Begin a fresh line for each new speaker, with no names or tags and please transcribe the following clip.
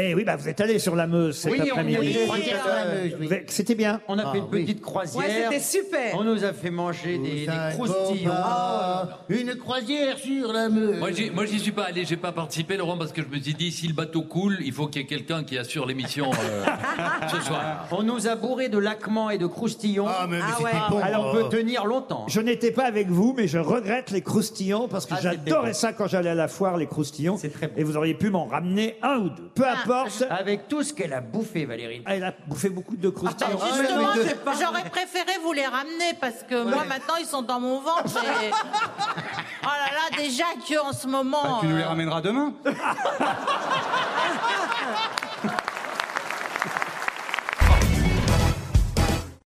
Eh oui, bah vous êtes allé sur la Meuse cet
Oui, on y
après-midi.
est allé sur la Meuse, oui.
Vous êtes- C'était bien.
On a fait une
Ah oui.
petite croisière.
Ouais, c'était super.
On nous a fait manger des, des
Cinq
croustillons.
bombas, Une croisière sur la Meuse.
Moi, j'y- moi, j'y suis pas allé, j'ai pas participé, Laurent, parce que je me suis dit, si le bateau coule, il faut qu'il y ait quelqu'un qui assure l'émission euh, ce soir.
Ah. On nous a bourré de laquements et de croustillons.
Ah, mais, mais
Ah
c'était
ouais.
bon. hein.
Alors on peut tenir longtemps.
Je n'étais pas avec vous, mais je regrette les croustillons parce que
Ah, c'était
j'adorais
bon.
ça quand j'allais à la foire, les croustillons.
C'est très bon. Ah,
Et vous auriez pu m'en ramener un ou deux. Peu importe.
Avec tout ce qu'elle a bouffé, Valérie.
Ah, Elle a bouffé beaucoup de croustillons.
Ah, ouais,
ben, Justement,
mais de-
j'ai- j'aurais préféré vous les ramener parce que moi maintenant ils sont dans mon ventre. Et... Oh là là, déjà que en ce moment.
Tu nous les
euh,
ramèneras demain